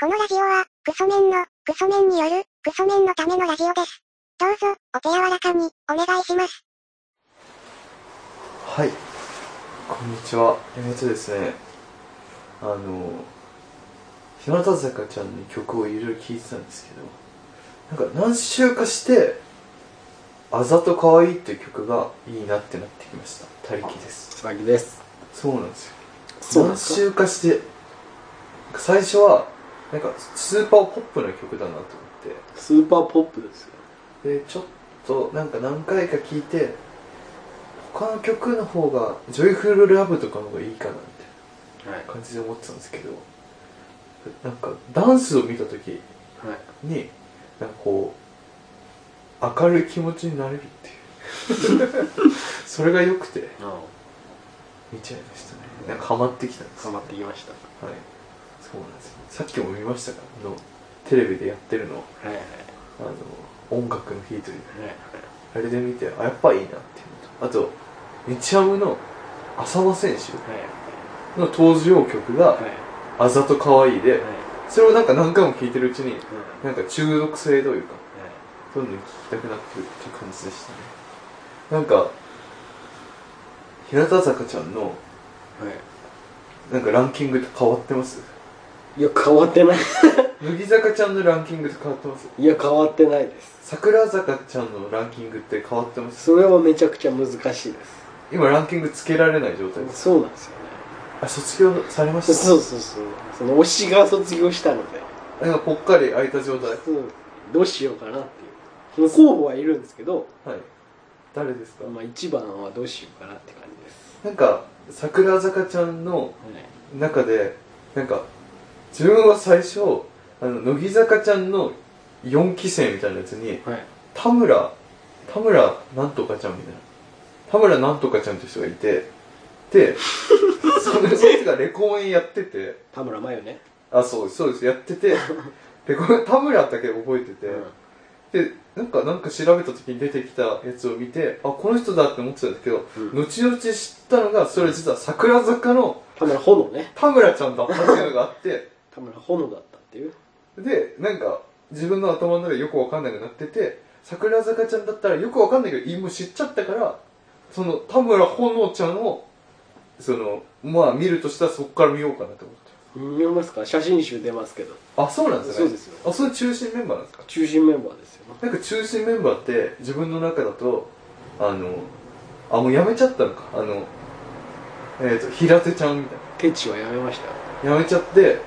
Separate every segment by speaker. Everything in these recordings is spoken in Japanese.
Speaker 1: このラジオは、クソメンの、クソメンによる、クソメンのためのラジオです。どうぞ、お手柔らかに、お願いします。
Speaker 2: はい。こんにちは。えーとですね、あの、日向坂ちゃんの曲をいろいろ聴いてたんですけど、なんか何週かして、あざと可愛いっていう曲がいいなってなってきました。他力です。
Speaker 3: 椿です。
Speaker 2: そうなんですよ。
Speaker 3: そうで
Speaker 2: 何
Speaker 3: すか。
Speaker 2: 週かして、なんか最初は、なんかスーパーポップな曲だなと思って、
Speaker 3: スーパーポップですよ。
Speaker 2: でちょっとなんか何回か聞いて他の曲の方が「ジョイフルラブ」とかの方がいいかなみ
Speaker 3: はい
Speaker 2: たいな感じで思ってたんですけどなんかダンスを見た時
Speaker 3: はい。
Speaker 2: になんかこう明るい気持ちになれるっていう それが良くて
Speaker 3: あ
Speaker 2: 見ちゃいましたねなんかハマってきたんです
Speaker 3: あ、
Speaker 2: よは
Speaker 3: 頑張ってきまし
Speaker 2: いそうなんですよさっきも見ましたからあのテレビでやってるの
Speaker 3: た。はいはい
Speaker 2: あの音楽の日という
Speaker 3: はい。
Speaker 2: あれで見てあやっぱいいなっていうのとあと日ハムの浅間選手
Speaker 3: はい
Speaker 2: の登場曲
Speaker 3: は
Speaker 2: が
Speaker 3: い。はい。
Speaker 2: 「あざとかわいいで」それをなんか何回も聴いてるうちに
Speaker 3: は
Speaker 2: なんか中毒性というか
Speaker 3: い。
Speaker 2: どんどん聴きたくなってるって感じでしたねなんか日向坂ちゃんの
Speaker 3: はい。
Speaker 2: なんかランキングって変わってます
Speaker 3: いや、変わってない。
Speaker 2: 乃木坂ちゃんのランキングって変わってます
Speaker 3: いや、変わってないです。
Speaker 2: 桜坂ちゃんのランキングって変わってます
Speaker 3: それはめちゃくちゃ難しいです。
Speaker 2: 今ランキングつけられない状態です
Speaker 3: そうなんですよね。
Speaker 2: あ卒業されまし
Speaker 3: そ
Speaker 2: た
Speaker 3: うそうそう。その推しが卒業したので、
Speaker 2: なんかぽっかり空いた状態
Speaker 3: そうどうしようかなっていう。候補はいるんですけど、
Speaker 2: はい。誰ですか、
Speaker 3: まあ一番はどうしようかなって感じです。
Speaker 2: なんか、桜坂ちゃんの
Speaker 3: はい。
Speaker 2: 中で、なんか、自分は最初、あの、乃木坂ちゃんの4期生みたいなやつに、
Speaker 3: はい。
Speaker 2: 田村、田村なんとかちゃんみたいな。田村なんとかちゃんって人がいて、で、そのそいつがレコメンやってて、
Speaker 3: 田村真由ね。
Speaker 2: あ、そうです、そうです、やってて、レコメン、田村だけ覚えてて、
Speaker 3: うん
Speaker 2: でなんかなんか調べた時に出てきたやつを見てあこの人だって思ってたんですけど、
Speaker 3: うん
Speaker 2: 後々知ったのがそれ実は桜坂の
Speaker 3: 田村炎ね。
Speaker 2: 田村ちゃんだったっていうのがあって
Speaker 3: 田村炎だったっていう。
Speaker 2: でなんか自分の頭の中でよくわかんなくなってて桜坂ちゃんだったらよくわかんないけど言いも知っちゃったからその田村ほのちゃんをそのまあ見るとしたらそこから見ようかなと思って
Speaker 3: 見ますか写真集出ますけど
Speaker 2: あそうなんですね
Speaker 3: そうですよ
Speaker 2: あそれ中心メンバーなんですか
Speaker 3: 中心メンバーですよ
Speaker 2: なんか中心メンバーって自分の中だとあのあもうやめちゃったのかあのえっ、と平手ちゃんみたい
Speaker 3: テチはやめましたよ
Speaker 2: なやめちゃって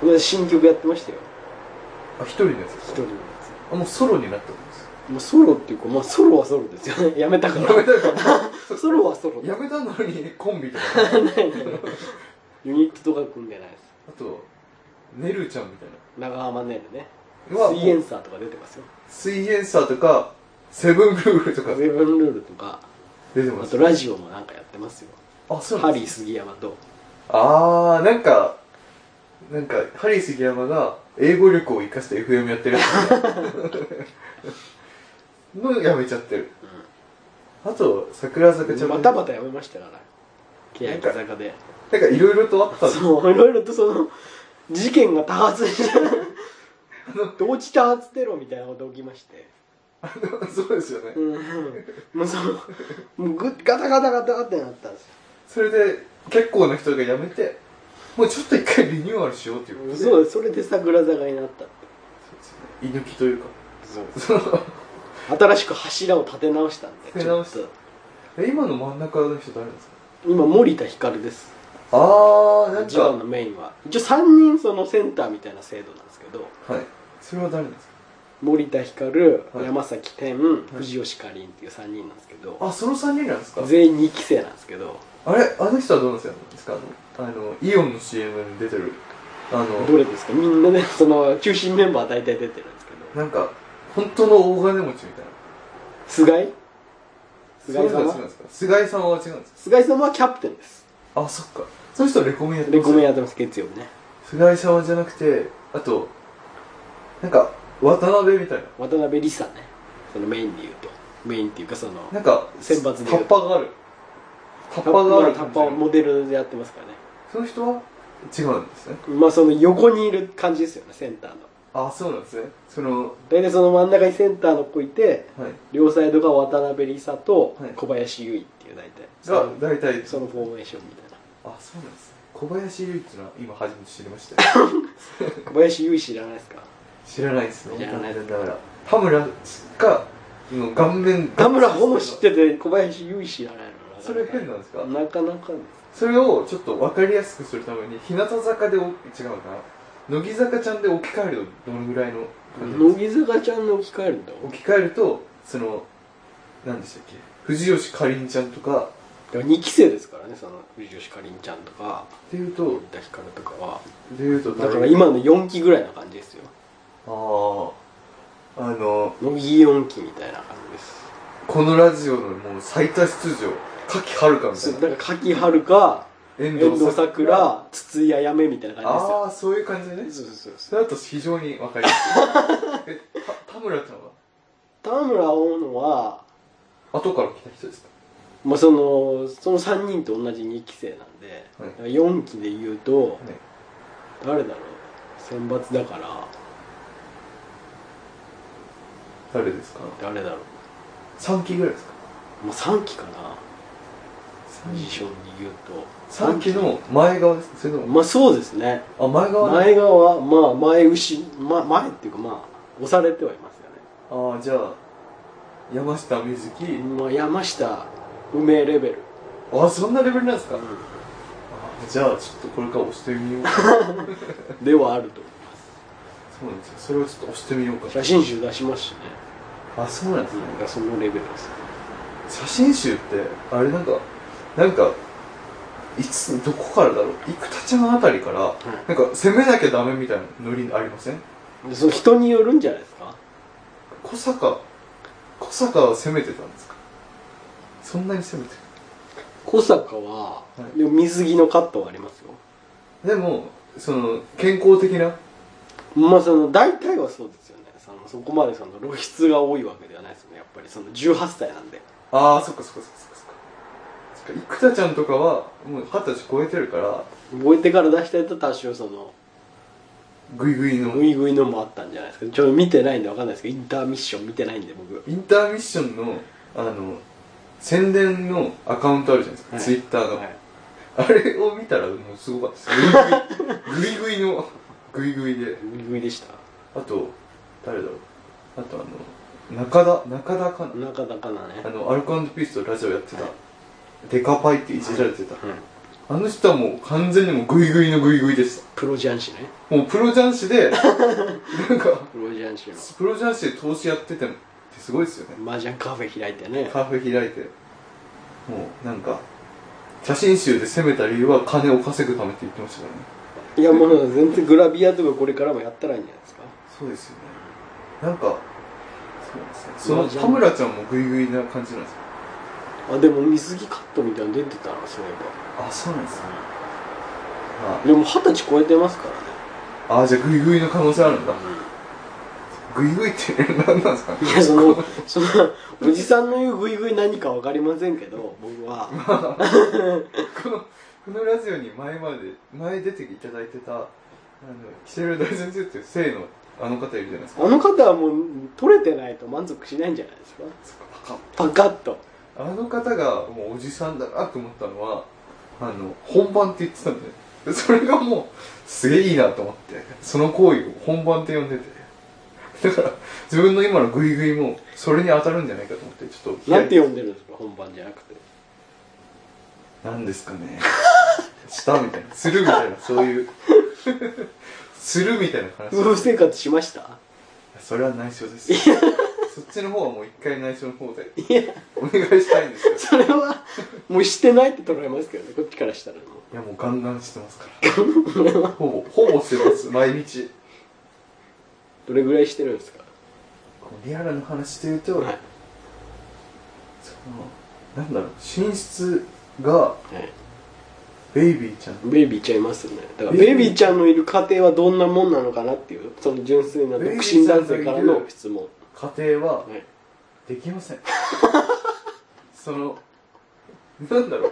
Speaker 3: これ新曲やってましたよ
Speaker 2: あ一人のやつで
Speaker 3: 一
Speaker 2: す
Speaker 3: 人のや
Speaker 2: あもうソロになったんです
Speaker 3: つもうソロっていうかまあソロはソロですよね やめたか
Speaker 2: やめ
Speaker 3: ら
Speaker 2: たから
Speaker 3: ソロはソロ
Speaker 2: やめたのにコンビとか
Speaker 3: ユニットとか組んでないです
Speaker 2: あとねるちゃんみたい
Speaker 3: 長浜ねるね
Speaker 2: なは
Speaker 3: イエ
Speaker 2: も
Speaker 3: ン
Speaker 2: う
Speaker 3: サーとか出てますよ
Speaker 2: 水イエンサーとかセブンルールと
Speaker 3: セ
Speaker 2: か
Speaker 3: ブンルールとか
Speaker 2: 出て
Speaker 3: あ
Speaker 2: ます
Speaker 3: とラジオもなんかやってますよ
Speaker 2: あそうな
Speaker 3: ハ
Speaker 2: ん
Speaker 3: リ
Speaker 2: です
Speaker 3: ー杉山と
Speaker 2: あーなんかなんかハリー杉山が英語力を生かして FM やってるやつのやめちゃってる、あと桜坂ちゃん
Speaker 3: またまたやめましたから欅坂で
Speaker 2: なんかいろいろとあったんです
Speaker 3: そういろいろとその事件が多発して同時多発テロみたいなこと起きまして、
Speaker 2: そうですよね、
Speaker 3: もうそのもうぐガタガタガタってなったんです
Speaker 2: それで結構な人がやめてもうちょっと一回リニューアルしようっていうこと
Speaker 3: よ
Speaker 2: で
Speaker 3: そうそれで桜坂になったって
Speaker 2: 居抜きというか
Speaker 3: そう新しく柱を立て直したんで
Speaker 2: 立て直した
Speaker 3: ちょっ
Speaker 2: え今の真ん中の人誰なんですか
Speaker 3: と今森田ひかるです
Speaker 2: ああなん
Speaker 3: 一番
Speaker 2: か
Speaker 3: のメインは一応3人そのセンターみたいな制度なんですけど
Speaker 2: はいそれは誰なんですか
Speaker 3: 森田ひかる、
Speaker 2: はい
Speaker 3: 山崎天、藤吉かりんっていう3人なんですけど
Speaker 2: あその3人なんですか
Speaker 3: 全員2期生なんですけど
Speaker 2: あれあの人はどうなんですかあのあのイオンの CM に出てるあの
Speaker 3: どれですかみんなねその中心メンバー大体出てるんですけど
Speaker 2: なんか本当の大金持ちみたいな
Speaker 3: 菅井菅
Speaker 2: そ
Speaker 3: 井
Speaker 2: う
Speaker 3: さん
Speaker 2: いうのは違う
Speaker 3: は
Speaker 2: んですか菅井さんは違うんですか
Speaker 3: 菅井さんはキャプテンです
Speaker 2: あそっかその人はレコメンやって
Speaker 3: レ
Speaker 2: ます
Speaker 3: コメンやってます月曜日ね
Speaker 2: 菅井さんはじゃなくてあとなんか渡辺みたいな
Speaker 3: 渡辺理沙ねそのメインで言うとメインっていうかその
Speaker 2: なんか
Speaker 3: 選抜で
Speaker 2: タッパがあるタッパがある
Speaker 3: タッパをモデルでやってますからね
Speaker 2: その人は違うんですね
Speaker 3: まあその横にいる感じですよねセンターの
Speaker 2: あそうなんですねその
Speaker 3: 大体その真ん中にセンターの子いて
Speaker 2: はい
Speaker 3: 両サイドが渡辺梨沙と
Speaker 2: はい
Speaker 3: 小林優衣っていう大体そ
Speaker 2: が
Speaker 3: の
Speaker 2: 大体
Speaker 3: そのフォーメーションみたいな
Speaker 2: あそうなんですね小林優衣っていうのは今初めて知りましたよ
Speaker 3: 小林優衣知らないですか
Speaker 2: 知らないですね
Speaker 3: 知らない
Speaker 2: 残念ながら田村かの顔面
Speaker 3: 田村保も知ってて小林優衣知らないの
Speaker 2: それ変なんですか
Speaker 3: なかなかね
Speaker 2: それをちょっと分かりやすくするために日向坂でお違うかな乃木坂ちゃんで置き換えるとどのぐらいの感じですか
Speaker 3: 乃木坂ちゃんの置き換えるんだ
Speaker 2: 置き換えるとその何でしたっけ藤吉かりんちゃんとか
Speaker 3: でも2期生ですからねその藤吉かりんちゃんとか
Speaker 2: でいうと
Speaker 3: 森田ひかるとかは
Speaker 2: でいうと
Speaker 3: だから今の4期ぐらいな感じですよ
Speaker 2: あーあの
Speaker 3: 乃木4期みたいな感じです
Speaker 2: このラジオのもう最多出場柿遥かみた
Speaker 3: そ
Speaker 2: いうな
Speaker 3: だから柿春か
Speaker 2: 遠
Speaker 3: 遠藤
Speaker 2: さくら
Speaker 3: 桜筒井あやめみたいな感じですよ
Speaker 2: ああそういう感じでね
Speaker 3: そうそうそうそう
Speaker 2: それだと非常に分かりやす いえた田村ちゃんは
Speaker 3: 田村青野は、
Speaker 2: 後から来た人ですか
Speaker 3: まあ、そのその3人と同じ2期生なんで、
Speaker 2: はい
Speaker 3: だから4期で言うと
Speaker 2: ね
Speaker 3: 誰だろう選抜だから
Speaker 2: 誰ですか
Speaker 3: 誰だろう
Speaker 2: 3期ぐらいですか
Speaker 3: もう3期かな
Speaker 2: 三
Speaker 3: ポジションに言うと
Speaker 2: 3期の前側ですそれとも
Speaker 3: まあそうですね
Speaker 2: あ前側ね
Speaker 3: 前側はまあ前後ろ、ま、前っていうかまあ押されてはいますよね
Speaker 2: ああじゃあ山下美月、
Speaker 3: まあ、山下梅レベル、
Speaker 2: あそんなレベルなんですか、あじゃあちょっとこれから押してみ ようか
Speaker 3: ではあると思います
Speaker 2: そうなんですよそれをちょっと押してみようか
Speaker 3: 写真集出しますしね、
Speaker 2: あそうなんですね
Speaker 3: うん、そのレベルです
Speaker 2: 写真集ってあれなんかなんかいつどこからだろう生田ちゃんあたりから、なんか攻めなきゃダメみたいなノリありません
Speaker 3: でその人によるんじゃないですか
Speaker 2: 小坂小坂は攻めてたんですかそんなに攻めて
Speaker 3: 小坂は、
Speaker 2: はい
Speaker 3: でも水着のカットはありますよ
Speaker 2: るでもその健康的な
Speaker 3: まあその大体はそうですよねそのそこまでその露出が多いわけではないですよねやっぱりその18歳なんで
Speaker 2: ああそっかそっかそっかそっかそっか生田ちゃんとかはもう二十歳超えてるから
Speaker 3: 覚えてから出したやつは多少その
Speaker 2: グイグイの
Speaker 3: グイグイのもあったんじゃないですかちょっと見てないんで分かんないですけどインターミッション見てないんで僕
Speaker 2: インターミッションのあの宣伝のアカウントあるじゃないですか、ツイッターの、
Speaker 3: はい
Speaker 2: あれを見たらもうすごかったですグイグイグイグイのグイグイで
Speaker 3: グイグイでした
Speaker 2: あと誰だろうあとあの中田中田かな
Speaker 3: なかなかなね
Speaker 2: あのアルコピースとラジオやってた、デカパイっていじられてた、
Speaker 3: うん
Speaker 2: あの人はもう完全にもうグイグイのグイグイでし
Speaker 3: プロジャンシね
Speaker 2: たもうプロ雀士 でなんか
Speaker 3: プロジャンシの
Speaker 2: プロ雀士で投資やっててもってすごいですよね
Speaker 3: 麻雀カフェ開いてね
Speaker 2: カフェ開いてもうなんか写真集で攻めた理由は金を稼ぐためって言ってましたからね
Speaker 3: いやもう全然グラビアとかこれからもやったらいいんじゃないですか
Speaker 2: そうですよねなんかそうですねそ
Speaker 3: ま
Speaker 2: の
Speaker 3: あじゃあ
Speaker 2: 田村ちゃんもグイグイな感じなんですよ
Speaker 3: あでも水着カットみたいなの出てたなそういえ
Speaker 2: あそうなんですね
Speaker 3: ばでも二十歳超えてますからね
Speaker 2: ああじゃあグイグイの可能性あるんだグイグイって何なんですかね
Speaker 3: いやそのそのおじさんの言うグイグイ何か分かりませんけど僕は
Speaker 2: このこのラジオに前まで前出ていただいてたあの岸辺大先生っていう生のあの方いるじゃないですか
Speaker 3: あの方はもう取れてないと満足しないんじゃないですか
Speaker 2: そっかバカ
Speaker 3: パカッと
Speaker 2: あの方がもうおじさんだなと思ったのはあの本番って言ってたんででそれがもうすげえいいなと思ってその行為を本番って呼んでてだから自分の今のグイグイもそれに当たるんじゃないかと思ってちょっと
Speaker 3: なんて呼んでるんですか本番じゃなくて
Speaker 2: なんですかねしたみたいなするみたいなそういうするみたいな話
Speaker 3: 夫婦生活しました
Speaker 2: それは内緒 ですそっちの方はもう一回内緒の方でお願いしたいんですよ
Speaker 3: それはもうしてないって捉えますけどねこっちからしたらもう
Speaker 2: いやもうガンガンしてます からほぼほぼしてます毎日
Speaker 3: どれぐらいしてるんですか
Speaker 2: リアルな話で言うと、
Speaker 3: はい
Speaker 2: そのなんだろう寝室が
Speaker 3: はい
Speaker 2: ベイビーちゃん
Speaker 3: ベイビーちゃいますねだから
Speaker 2: ベイビ
Speaker 3: ベ
Speaker 2: ー
Speaker 3: イビーちゃんのいる家庭はどんなもんなのかなっていうその純粋な独身男性からの質問
Speaker 2: 家庭は
Speaker 3: はい
Speaker 2: できま せんそのなんだろ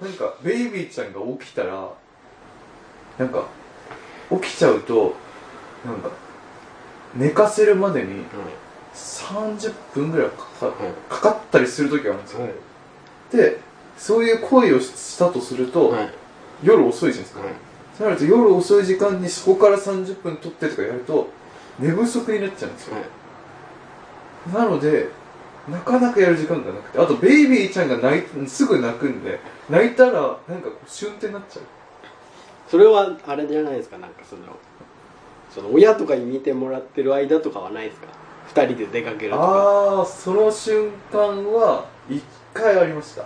Speaker 2: うなんかベイビーちゃんが起きたらなんか起きちゃうとなんか寝かせるまでに30分ぐらいかかかかったりする時があるんですよ、でそういう行為をしたとすると、夜遅いじゃないですか、そうなると夜遅い時間にそこから30分取ってとかやると寝不足になっちゃうんですよ、なのでなかなかやる時間がなくてあとベイビーちゃんが泣いすぐ泣くんで泣いたらなんかこうシュンってなっちゃう
Speaker 3: それはあれじゃないですかなんかそのその親とかに見てもらってる間とかはないですか二人で出かけるとか
Speaker 2: ああその瞬間は1回ありました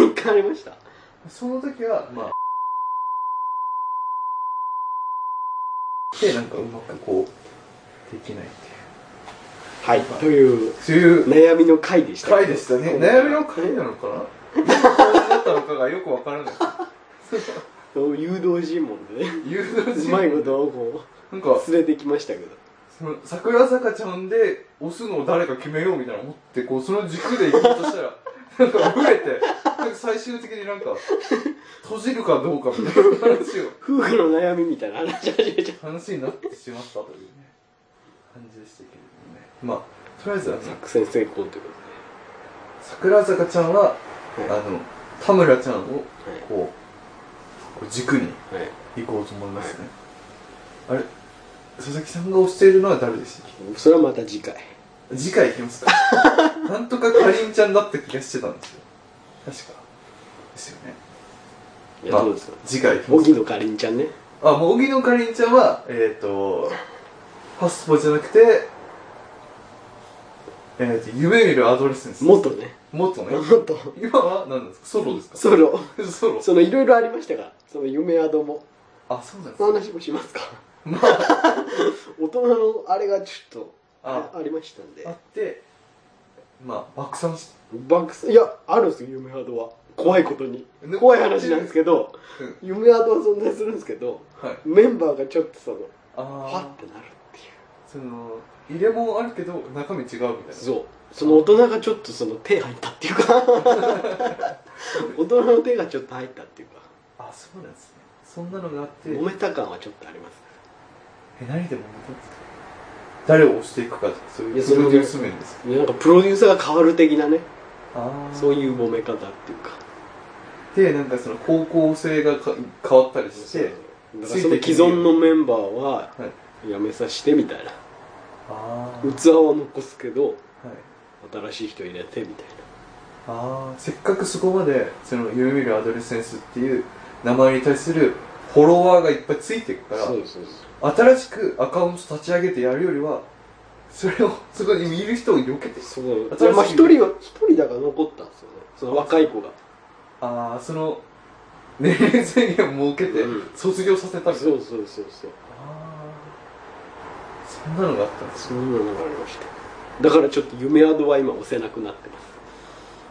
Speaker 3: 一回ありました
Speaker 2: その時はまあでなんかうまくこうできないっていう
Speaker 3: はいという
Speaker 2: そういう
Speaker 3: 悩みの回でした
Speaker 2: 回でしたね
Speaker 3: 今回
Speaker 2: 悩
Speaker 3: は
Speaker 2: みの回なのかな何だったのかがよくわからない
Speaker 3: 誘導尋問でね
Speaker 2: 誘導
Speaker 3: う
Speaker 2: 人
Speaker 3: まいことをこ
Speaker 2: なんか
Speaker 3: う連れてきましたけど
Speaker 2: その桜坂ちゃんで押すのを誰か決めようみたいなの持ってこうその軸で行こうとしたら なんかぶれてなんか最終的になんか閉じるかどうかみたいな話を
Speaker 3: 夫婦の悩みみたいな話始めちゃっ
Speaker 2: 話になってしまったというね感じでしたけれどもねまあとりあえずあの
Speaker 3: た作戦成功というこ
Speaker 2: 桜坂ちゃんは
Speaker 3: とで
Speaker 2: あ
Speaker 3: は
Speaker 2: の田村ちゃんを
Speaker 3: い
Speaker 2: こうこう軸に
Speaker 3: はい、はい、
Speaker 2: 行こうと思いますね、あれ佐々木さんが推しているのは誰でしたっ
Speaker 3: それはまた次回
Speaker 2: け次回行きますかなんとかかりんちゃんだった気がしてたんですよ確かですよね
Speaker 3: いや
Speaker 2: まあ
Speaker 3: どうですか
Speaker 2: 次回行きます
Speaker 3: 荻野かりんちゃんね
Speaker 2: あもう荻野かりんちゃんはえっ、ー、とファストポじゃなくてえー、と夢見るアドレスです
Speaker 3: 元ね
Speaker 2: もっとね
Speaker 3: 元
Speaker 2: 今は何ですかソロですか
Speaker 3: ソロ
Speaker 2: ソロ
Speaker 3: そのいろいろありましたからその夢宿も
Speaker 2: あそうなんです
Speaker 3: そ
Speaker 2: か
Speaker 3: の話もしますか
Speaker 2: まあ
Speaker 3: 大人のあれがちょっとあ
Speaker 2: あ
Speaker 3: ありましたんで
Speaker 2: あってまあ爆散し
Speaker 3: 爆睡いやあるんですよ夢宿は怖いことに
Speaker 2: ね
Speaker 3: 怖い話なんですけど
Speaker 2: うん
Speaker 3: 夢宿は存在するんですけど
Speaker 2: はい
Speaker 3: メンバーがちょっとその
Speaker 2: あ
Speaker 3: は
Speaker 2: あ
Speaker 3: ってなるっていう
Speaker 2: その入れ物あるけど中身違うみたいな
Speaker 3: そうその大人がちょっとその手入ったってい うか大人の手がちょっと入ったっていうか
Speaker 2: あそうなんですねそんなのがあって
Speaker 3: 揉めた感はちょっとあります
Speaker 2: え何でもたんですか誰を押していくかとかそう
Speaker 3: い
Speaker 2: いう
Speaker 3: や
Speaker 2: プ
Speaker 3: それ
Speaker 2: ロデュース面ですか
Speaker 3: ねなんかプロデューサーが変わる的なね
Speaker 2: あ
Speaker 3: そういう揉め方っていうか
Speaker 2: でなんかその方向性がか変わったりし
Speaker 3: そう
Speaker 2: て
Speaker 3: だからその既存のメンバーは
Speaker 2: は
Speaker 3: やめさせてみたいな
Speaker 2: あー
Speaker 3: 器は残すけど
Speaker 2: はい
Speaker 3: 新しい人入れてみたいな
Speaker 2: あーせっかくそこまでその夢見るアドレスセンスっていう名前に対するフォロワーがいっぱいついていくから
Speaker 3: そうですそうです
Speaker 2: 新しくアカウント立ち上げてやるよりはそれをそこに見る人を避けて
Speaker 3: そう
Speaker 2: 新しい
Speaker 3: まあ一人は一人だから残ったんですよねその若い子が
Speaker 2: ああその年齢制限を設けて
Speaker 3: うん
Speaker 2: 卒業させたみたい
Speaker 3: そ
Speaker 2: な、
Speaker 3: うそうそうそう
Speaker 2: あーそんなのがあったんです
Speaker 3: そんなのがありましただからちょっと夢アドは今押せなくなってます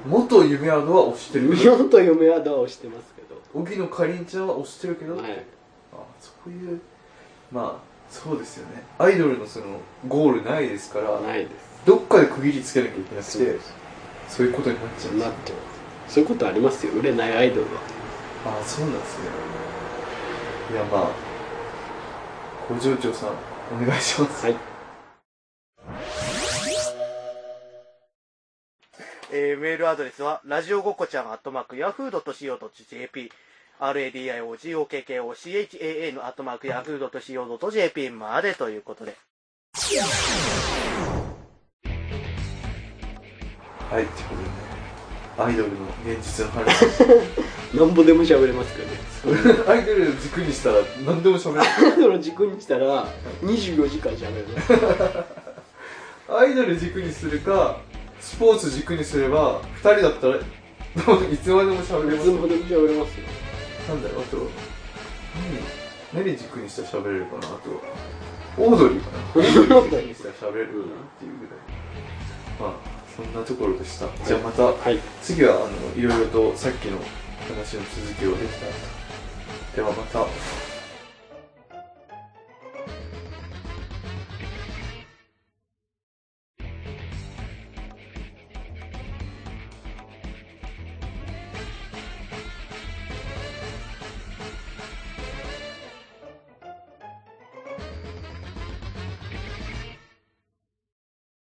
Speaker 2: 元夢アドは押してる
Speaker 3: 夢アと夢アドは押してますけど
Speaker 2: 荻野かりんちゃんは押してるけど、
Speaker 3: はい
Speaker 2: あそういうまあそうですよねアイドルのそのゴールないですから
Speaker 3: ないです
Speaker 2: どっかで区切りつけなきゃいけなく
Speaker 3: そう
Speaker 2: てそういうことになっちゃうんです
Speaker 3: なっ
Speaker 2: よ
Speaker 3: てますそういうことありますよ売れないアイドルは
Speaker 2: ああそうなんですねいやまあ工場長さんお願いします
Speaker 3: はい
Speaker 4: えーメールアドレスは、ラジオごこちゃん、アットマーク、ヤフードと .co.jp、radiogokochan、アットマーク、ヤフードと .co.jp までということで。
Speaker 2: はいということでねアイドルの現実の 話
Speaker 3: なんぼでも喋れますけどね
Speaker 2: アイドルを軸にしたら何でも喋れる
Speaker 3: アイドルの軸にしたら24時間喋 れます
Speaker 2: アイドル軸にするかスポーツ軸にすれば2人だったらいつまでも喋れ
Speaker 3: い
Speaker 2: ま
Speaker 3: つ
Speaker 2: す
Speaker 3: までも喋れますよ
Speaker 2: なんだろうあと何何軸にしたら喋れるかなあとオードリーかなオードリー軸 にしたら喋れるかなっていうぐらいまあそんなところでした、じゃあまた
Speaker 3: はい
Speaker 2: 次はあのいろいろとさっきの話の続きをできたらではまた